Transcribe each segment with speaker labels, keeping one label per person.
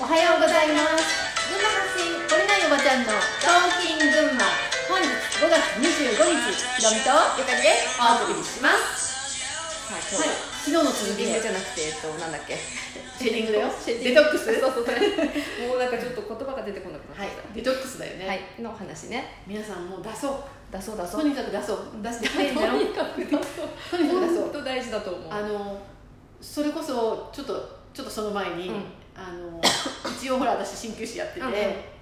Speaker 1: おはようございます群馬発信これないおばちゃんの「トーキン群馬」本日5月25日ひろみと
Speaker 2: ゆかりです。
Speaker 1: お送りします
Speaker 2: はい、今
Speaker 1: はい
Speaker 2: 日は
Speaker 1: 昨日の続
Speaker 2: 続
Speaker 1: き
Speaker 2: き
Speaker 1: で
Speaker 2: じゃなくて、えっと、なんだっけ。
Speaker 1: シェーディングだよ
Speaker 2: シェーディング
Speaker 1: デトックス
Speaker 2: そうそうそう。もうなんかちょっと言葉が出てこなくなっち
Speaker 1: は
Speaker 2: ゃ
Speaker 1: い
Speaker 2: っ
Speaker 1: デトックスだよ
Speaker 2: た。
Speaker 1: ね、
Speaker 2: はい、の話ね。
Speaker 1: 皆さんもう出そう
Speaker 2: 出そう出そ
Speaker 1: と
Speaker 2: う。
Speaker 1: にかく出そう出して
Speaker 2: と
Speaker 1: 早いんだろ
Speaker 2: にかく出そう。
Speaker 1: とにかく出そう
Speaker 2: 本当大事だと思う。
Speaker 1: あのそれこそちょっとちょっとその前に、
Speaker 2: うん
Speaker 1: あの一応ほら私鍼灸師やってて、
Speaker 2: うんうん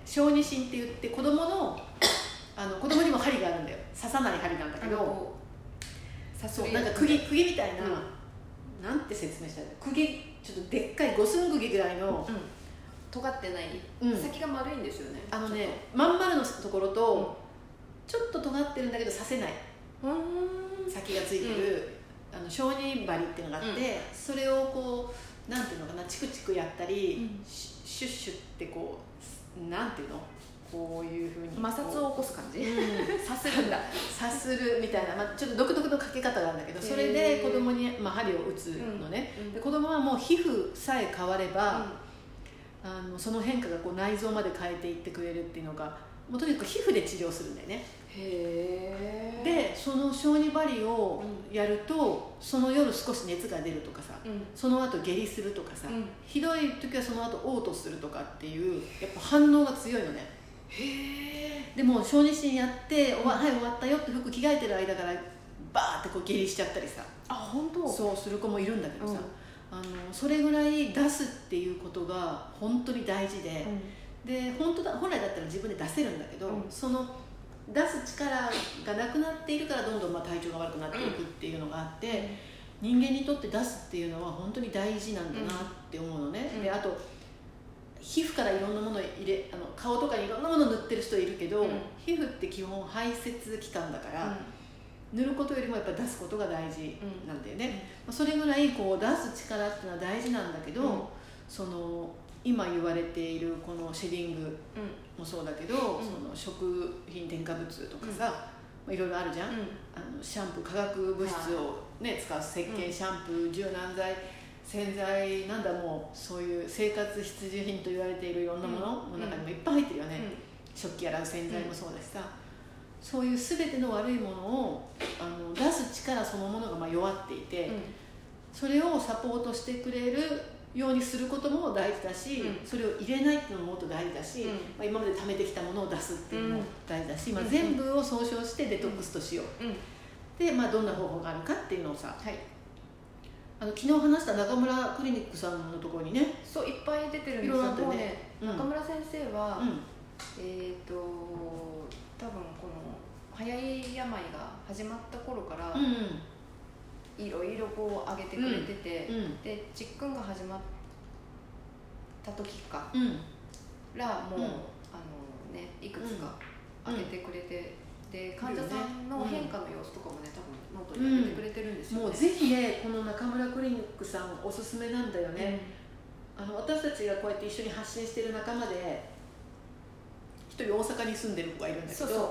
Speaker 1: 小児鍼って言って子供のあの子供にも針があるんだよ刺さない針なんだけど、
Speaker 2: こうさ
Speaker 1: そうなんか釘釘みたいな、なんて説明したらいいの釘ちょっとでっかい五寸釘ぐらいの、
Speaker 2: うん。尖ってない。
Speaker 1: うん
Speaker 2: 先が丸いんですよね。
Speaker 1: あのねまん丸のところ
Speaker 2: ちょ
Speaker 1: と、
Speaker 2: っと。
Speaker 1: ちょっと尖ってるんだけど刺せない
Speaker 2: うん。
Speaker 1: 先がついてる、あの小人針っていうのがあって、
Speaker 2: うん
Speaker 1: それをこうなんていうのかなチクチクやったり、
Speaker 2: うん
Speaker 1: シュシュッシュってこうなんていうのこういうふうに
Speaker 2: 摩擦
Speaker 1: こ
Speaker 2: を起こす感
Speaker 1: う、う
Speaker 2: じ。
Speaker 1: ん
Speaker 2: させるんだ。
Speaker 1: さするみたいな、まあ、ちょっと独特のかけ方があるんだけどそれで子供にまあ、針を打つのね、
Speaker 2: うんうん
Speaker 1: で子供はもう皮膚さえ変われば、
Speaker 2: う
Speaker 1: あのその変化がこう内臓まで変えていってくれるっていうのがもうとにかく皮膚で治療するんだよね
Speaker 2: んへえ。
Speaker 1: でその小児針をやるとその夜少し熱が出るとかさ
Speaker 2: うん。
Speaker 1: その後下痢するとかさ、
Speaker 2: うん。
Speaker 1: ひどい時はその後嘔吐するとかっていうやっぱ反応が強いのね
Speaker 2: へえ。
Speaker 1: でも小児針やって「おわはい終わったよ」って服着替えてる間からバーってこう下痢しちゃったりさ
Speaker 2: あ、本当。
Speaker 1: そうする子もいるんだけどさ、あのそれぐらい出すっていうことが本当に大事で、
Speaker 2: うん。
Speaker 1: で本当だ本来だったら自分で出せるんだけど、
Speaker 2: うん
Speaker 1: その出す力がなくなっているからどんどんまあ体調が悪くなっていくっていうのがあって、人間にとって出すっていうのは本当に大事なんだなって思うのね、
Speaker 2: うん
Speaker 1: であと皮膚からいろんなもの入れあの顔とかにいろんなもの塗ってる人いるけど、
Speaker 2: うん
Speaker 1: 皮膚って基本排泄器官だから、塗ることよりもやっぱ出すことが大事なんだよね、まあそれぐらいこう出す力っていうのは大事なんだけど、
Speaker 2: うん
Speaker 1: その今言われているこのシェディング
Speaker 2: うん。
Speaker 1: もそうだけど、
Speaker 2: ん
Speaker 1: その食品添加物とかさ、まあいろいろあるじゃん、
Speaker 2: うん。
Speaker 1: あのシャンプー化学物質を、ね、使う石
Speaker 2: う
Speaker 1: 鹸
Speaker 2: ん
Speaker 1: シャンプー柔軟剤洗剤なんだもうそういう生活必需品と言われているいろんなもの
Speaker 2: う
Speaker 1: の
Speaker 2: ん
Speaker 1: 中にもいっぱい入ってるよね、食器洗う洗剤もそうだしさ、そういう全ての悪いものをあの出す力そのものがまあ弱っていて、
Speaker 2: うん。
Speaker 1: それをサポートしてくれるようにすることも大事だし、
Speaker 2: うん
Speaker 1: それを入れないっていうのももっと大事だし、
Speaker 2: うん
Speaker 1: まあ、今まで貯めてきたものを出すっていうのも大事だし、まあ、
Speaker 2: うん
Speaker 1: 全部を総称してデトックスとしよう、
Speaker 2: うん。うん。
Speaker 1: で、まあ、どんな方法があるかっていうのをさ
Speaker 2: はい。
Speaker 1: あの昨日話した中村クリニックさんのところにね、
Speaker 2: そういっぱい出てるんです
Speaker 1: い
Speaker 2: よ。
Speaker 1: ろいろあってね
Speaker 2: もうね、
Speaker 1: うん
Speaker 2: 中村先生は、
Speaker 1: うん
Speaker 2: えっ、と多分この早い病が始まった頃から、
Speaker 1: うん
Speaker 2: いろいろこう上げてくれてて、
Speaker 1: うん
Speaker 2: で実訓が始まった時から
Speaker 1: うん
Speaker 2: もう、
Speaker 1: うん
Speaker 2: あのねいくつか上げてくれて、で患者さんの変化の様子とかもね多分ノートに上げてくれてるんです
Speaker 1: ん、
Speaker 2: よね。
Speaker 1: もうぜひねこの中村クリニックさんおすすめなんだよね、
Speaker 2: ね、
Speaker 1: あの私たちがこうやって一緒に発信してる仲間で一人大阪に住んでる子がいるんだけど
Speaker 2: そうそう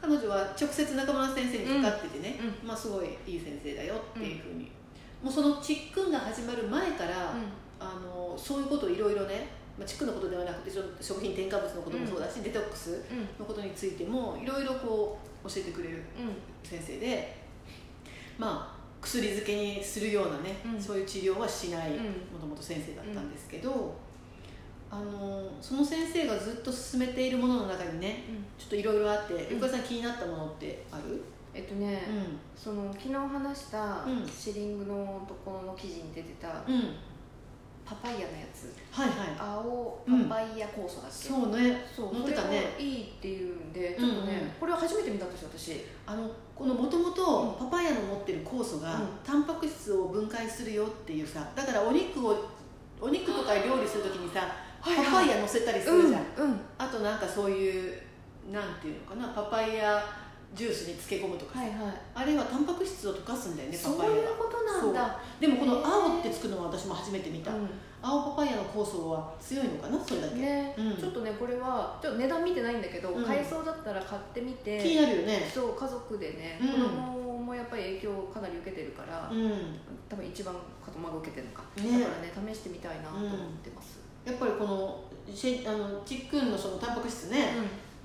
Speaker 1: 彼女は直接中村先生にかかっててね、
Speaker 2: うん
Speaker 1: まあ、すごいいい先生だよっていうふうに、もうそのチックンが始まる前から、あのそういうことをいろいろね、まあ、チックンのことではなくてちょっと食品添加物のこともそうだし、デトックス
Speaker 2: うん
Speaker 1: のことについてもいろいろこう教えてくれる
Speaker 2: うん
Speaker 1: 先生でまあ薬漬けにするようなね、
Speaker 2: うん
Speaker 1: そういう治療はしない、
Speaker 2: うん
Speaker 1: もともと先生だったんですけど、あのその先生がずっと勧めているものの中にね
Speaker 2: うん
Speaker 1: ちょっといろいろあって
Speaker 2: ん
Speaker 1: 横田さん気になったものってある
Speaker 2: えっとね、
Speaker 1: う
Speaker 2: その昨日話した
Speaker 1: うん
Speaker 2: シリングのところの記事に出てた
Speaker 1: ん、うん、
Speaker 2: パパイヤのやつ
Speaker 1: はいはい
Speaker 2: 青
Speaker 1: うん
Speaker 2: パパイヤ酵素だっけ、
Speaker 1: そうね
Speaker 2: そう
Speaker 1: 乗っ
Speaker 2: そ
Speaker 1: て
Speaker 2: れ
Speaker 1: た
Speaker 2: が
Speaker 1: ね
Speaker 2: いいっていうんでちょっとね、
Speaker 1: うんうん
Speaker 2: これを初めて見たんですよ私
Speaker 1: あのこのもともとパパイヤの持ってる酵素が、
Speaker 2: うん
Speaker 1: タンパク質を分解するよっていうさだからお肉をお肉とか料理するときにさパパイヤ乗せたりするじゃん、
Speaker 2: うんうん
Speaker 1: あとなんかそういうなんていうのかなパパイヤジュースに漬け込むとかさ、
Speaker 2: はいはい、
Speaker 1: あれはタンパク質を溶かすんだよねパ
Speaker 2: そう
Speaker 1: パイ
Speaker 2: い
Speaker 1: ヤ
Speaker 2: う
Speaker 1: は
Speaker 2: ことなんだ
Speaker 1: でもこの青ってつくのは私も初めて見た、
Speaker 2: う
Speaker 1: 青パパイヤの酵素は強いのかなそれだけ、
Speaker 2: んね、
Speaker 1: うん
Speaker 2: ちょっとねこれはちょっと値段見てないんだけど、
Speaker 1: うん
Speaker 2: 買いそうだったら買ってみ
Speaker 1: 気に
Speaker 2: て
Speaker 1: なるよね
Speaker 2: そう家族でね、
Speaker 1: うん
Speaker 2: 子供もやっぱり影響をかなり受けてるから、
Speaker 1: うん
Speaker 2: 多分一番かとまが受けてるのか、
Speaker 1: ね
Speaker 2: だからね試してみたいなと思ってます、
Speaker 1: やっぱりこのしあのチックンのそのタンパク質ね、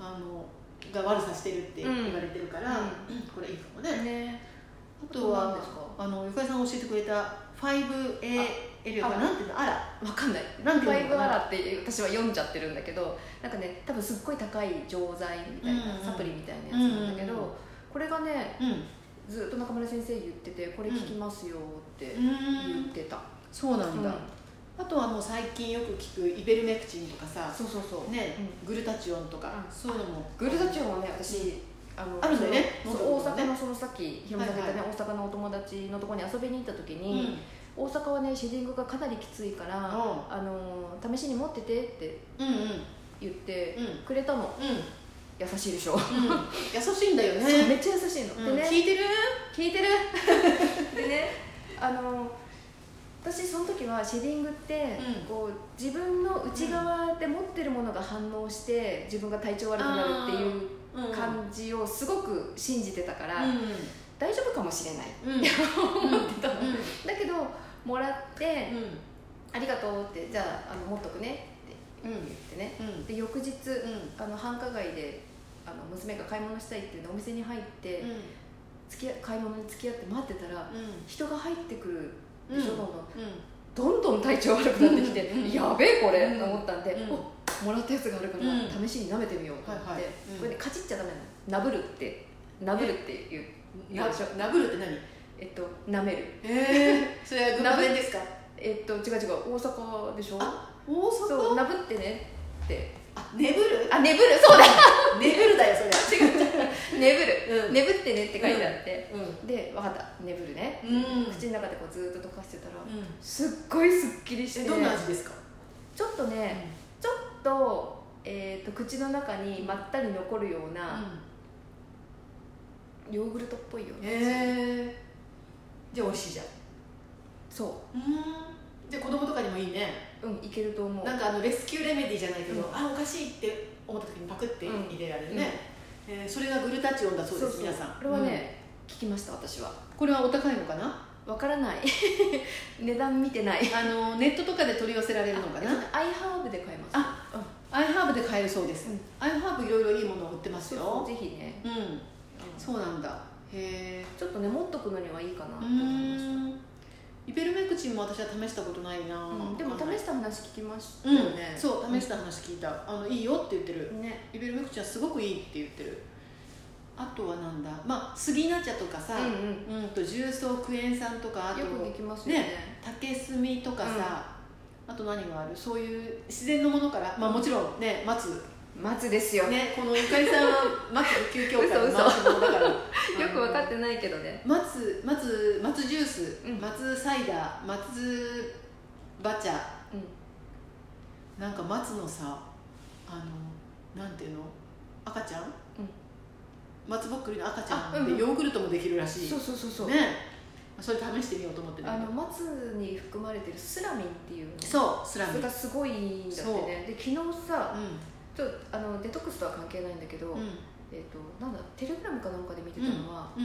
Speaker 1: あのが悪さしてるって言われてるから、これいいかもね、
Speaker 2: ね
Speaker 1: あと
Speaker 2: 何
Speaker 1: は
Speaker 2: ですか
Speaker 1: あのゆかりさんが教えてくれた 5AL
Speaker 2: あ
Speaker 1: かなんていうのあらわかんないなんて
Speaker 2: ファ
Speaker 1: い
Speaker 2: イ
Speaker 1: う
Speaker 2: ブ
Speaker 1: のか
Speaker 2: ア
Speaker 1: な
Speaker 2: ラって私は読んじゃってるんだけどなんかね多分すっごい高い錠剤みたいな、
Speaker 1: うんうん
Speaker 2: サプリみたいなやつなんだけど、
Speaker 1: うんうんうん
Speaker 2: これがね
Speaker 1: うんう
Speaker 2: ずっと中村先生言っててこれ効きますよって
Speaker 1: ー
Speaker 2: 言っ
Speaker 1: ん
Speaker 2: てた、
Speaker 1: そうな
Speaker 2: うん
Speaker 1: んだ、あとはもう最近よく聞くイベルメクチンとかさ
Speaker 2: そうそうそう、
Speaker 1: ね、
Speaker 2: う
Speaker 1: グルタチオンとか、
Speaker 2: うん
Speaker 1: そういうのも
Speaker 2: グルタチオンはね私、
Speaker 1: う
Speaker 2: あの
Speaker 1: あるんだよね
Speaker 2: そう
Speaker 1: 飲んだこと
Speaker 2: 大
Speaker 1: ね
Speaker 2: 阪のそのさっきひろみさんが言ったね、
Speaker 1: は
Speaker 2: 大阪のお友達のところに遊びに行った時
Speaker 1: うん、
Speaker 2: に、大阪はねシェディングがかなりきついから、
Speaker 1: ん
Speaker 2: あの試しに持っててって
Speaker 1: うんうん
Speaker 2: 言って
Speaker 1: うん
Speaker 2: くれたの
Speaker 1: うん
Speaker 2: 優しいでしょ、
Speaker 1: うん優しいんだよ
Speaker 2: そうめ
Speaker 1: ね、
Speaker 2: っちゃ優しいの、
Speaker 1: うん
Speaker 2: でね
Speaker 1: 聞いてる
Speaker 2: 聞いてるでねあの私その時はシェディングって、
Speaker 1: うん
Speaker 2: こう自分の内側で持ってるものが反応して自分が体調悪くなるっていう
Speaker 1: うん
Speaker 2: 感じをすごく信じてたから、
Speaker 1: うん
Speaker 2: 大丈夫かもしれない
Speaker 1: うんうん
Speaker 2: と思ってたの、
Speaker 1: うん
Speaker 2: だけどもらって「ありがとう」って「じゃああの持っとくね」って
Speaker 1: うん
Speaker 2: 言ってね
Speaker 1: うん
Speaker 2: で翌日
Speaker 1: うん
Speaker 2: あの繁華街であの娘が買い物したいっていうのお店に入って、
Speaker 1: うん
Speaker 2: 付き合買い物に付き合って待ってたら、人が入ってくる
Speaker 1: うん
Speaker 2: でしょ、
Speaker 1: うん
Speaker 2: どんどんどん体調悪くなってきて、
Speaker 1: うん
Speaker 2: やべえこれ、
Speaker 1: うん
Speaker 2: と思ったんで、
Speaker 1: うん
Speaker 2: おもらったやつがあるから、
Speaker 1: う
Speaker 2: 試しに舐めてみようと思って、
Speaker 1: はいはいうん
Speaker 2: これでカチッちゃダメなのなぶるってなぶるって言う
Speaker 1: なナブルって何
Speaker 2: えっとなめる
Speaker 1: ええそれは群馬弁ですか
Speaker 2: えっと違う違う大阪でしょ
Speaker 1: あ大
Speaker 2: そう
Speaker 1: 阪
Speaker 2: なぶってねって
Speaker 1: あねぶる
Speaker 2: あねぶるそうだ
Speaker 1: ねぶるだよそれは
Speaker 2: 違うねぶる、
Speaker 1: うん
Speaker 2: ねぶってねって書いてあって、
Speaker 1: うん
Speaker 2: で分かったねぶるね、
Speaker 1: うん
Speaker 2: 口の中でこうずーっと溶かしてたら、
Speaker 1: う
Speaker 2: すっごいすっきりし
Speaker 1: ん
Speaker 2: て
Speaker 1: どんな味ですか
Speaker 2: ちょっとね、ちょっと,、えー、と口の中にまったり残るよう
Speaker 1: う
Speaker 2: な、
Speaker 1: ん
Speaker 2: ヨーグルトっぽいよね、
Speaker 1: へえじゃあ美味しいじゃん
Speaker 2: そ
Speaker 1: うんじゃあ子供とかにもいいね
Speaker 2: ううんいけると思う
Speaker 1: なんかあのレスキューレメディーじゃないけど、
Speaker 2: う
Speaker 1: あおかしいって思った時にパクって入れられる
Speaker 2: うん
Speaker 1: ね、えーそれがグルタチオンだそうです皆さん
Speaker 2: これはね、聞きました私は
Speaker 1: うんこれはお高いのかな
Speaker 2: わからない 値段見てない
Speaker 1: あのネットとかで取り寄せられるのかな
Speaker 2: アイハーブで買います
Speaker 1: あアイハーブで買えるそうです、
Speaker 2: うん
Speaker 1: アイハーブいろいろいいもの売ってます
Speaker 2: そう
Speaker 1: よ
Speaker 2: そうぜひね
Speaker 1: うんそうなんだへえ
Speaker 2: ちょっとね持っとくのにはいいかな
Speaker 1: う
Speaker 2: と思いまし
Speaker 1: んイベルメクチンも私は試したことないな、
Speaker 2: た、うんでも試
Speaker 1: し
Speaker 2: した話聞きました
Speaker 1: うん
Speaker 2: よね、
Speaker 1: そう試した話聞いた、あのいいよって言ってる
Speaker 2: ね
Speaker 1: イベルメクチンはすごくいいって言ってるあとはなんだまあスギナチャとかさ、
Speaker 2: うん
Speaker 1: うんと重曹クエン酸とかあ
Speaker 2: うん
Speaker 1: と
Speaker 2: よく聞きますよね
Speaker 1: 竹炭とかさ、あと何があるそういう自然のものからまあもちろんね松
Speaker 2: 松です よ、
Speaker 1: ねこのゆかりさんは松究教会の
Speaker 2: 嘘嘘
Speaker 1: 松のだから
Speaker 2: よくわか
Speaker 1: て
Speaker 2: ってないけどね
Speaker 1: 松松松ジュース、
Speaker 2: うん
Speaker 1: 松サイダー松バチャ
Speaker 2: うん
Speaker 1: なんか松のさあのなんていうの赤ちゃん、松ぼっくりの赤ちゃ
Speaker 2: あうんんう
Speaker 1: で
Speaker 2: ん
Speaker 1: ヨーグルトもできるらしい、
Speaker 2: そうそうそうそう、
Speaker 1: ねそれ試してみようと思ってるんだ
Speaker 2: あ
Speaker 1: けど
Speaker 2: の松に含まれてるスラミンっていうの
Speaker 1: そうスラミ
Speaker 2: それがすごいんだってねで昨日さ
Speaker 1: う
Speaker 2: ちょっとあのデトックスとは関係ないんだけど、
Speaker 1: んうん
Speaker 2: えっとなんだテレグラムかなんかで見てたのは、
Speaker 1: うん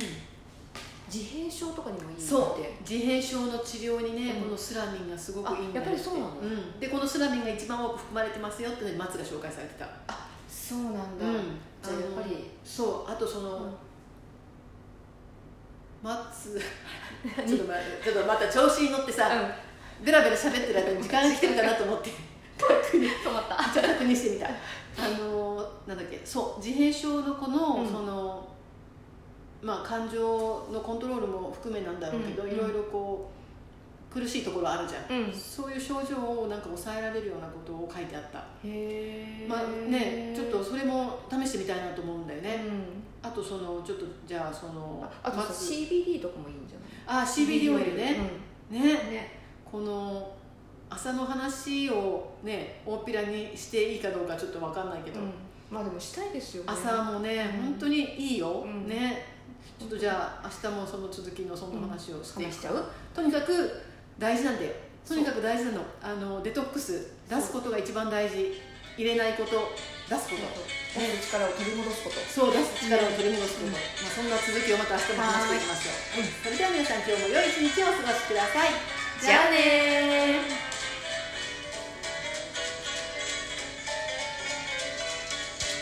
Speaker 2: 自閉症とかにもいいんだって
Speaker 1: そう自閉症の治療にね、
Speaker 2: うん
Speaker 1: このスラミンがすごくいいんだ
Speaker 2: あやっぱりそうなの
Speaker 1: ってうん、でこのスラミンが一番多く含まれてますよってのに松が紹介されてた、
Speaker 2: そうなんだ、じゃあやっぱり
Speaker 1: そうあとその、松ちょっと待ってちょっとまた調子に乗ってさ、ベラベラ喋ってる間に時間が来てるかなと 思って確認
Speaker 2: 止まった
Speaker 1: ちょっと確認してみたあのーなんだっけそう自閉症の子の、
Speaker 2: うん
Speaker 1: そのまあ感情のコントロールも含めなんだろうけど、
Speaker 2: うん
Speaker 1: いろいろこう苦しいところあるじゃん、
Speaker 2: うん
Speaker 1: そういう症状をなんか抑えられるようなことを書いてあった、
Speaker 2: へえ
Speaker 1: まあねちょっとそれも試してみたいなと思うんだよ
Speaker 2: う
Speaker 1: ね、
Speaker 2: ん
Speaker 1: あとそのちょっとじゃあその
Speaker 2: ああとさ
Speaker 1: 松
Speaker 2: CBD とかもいいんじゃない
Speaker 1: あ CBD オイルね、ね
Speaker 2: うんね
Speaker 1: この朝の話をね大っぴらにしていいかどうかちょっと分かんないけど、
Speaker 2: うんまあでもしたいですよね
Speaker 1: 朝もね、
Speaker 2: うん
Speaker 1: 本当にいいよ、
Speaker 2: うん
Speaker 1: ねちょっとじゃあ明日もその続きのその話をしてい
Speaker 2: 話
Speaker 1: く
Speaker 2: しちゃう
Speaker 1: とにかく大事なんだよとにかく大事なのあのデトックス出すことが一番大事入れないこと出すこ
Speaker 2: 出
Speaker 1: と
Speaker 2: す力を取り戻すこと
Speaker 1: そう出す力を取り戻すこと、
Speaker 2: うん
Speaker 1: まあ、そんな続きをまた明日も話していきましょう、それでは皆さん今日も良い一日をお過ごしください
Speaker 2: じゃあねー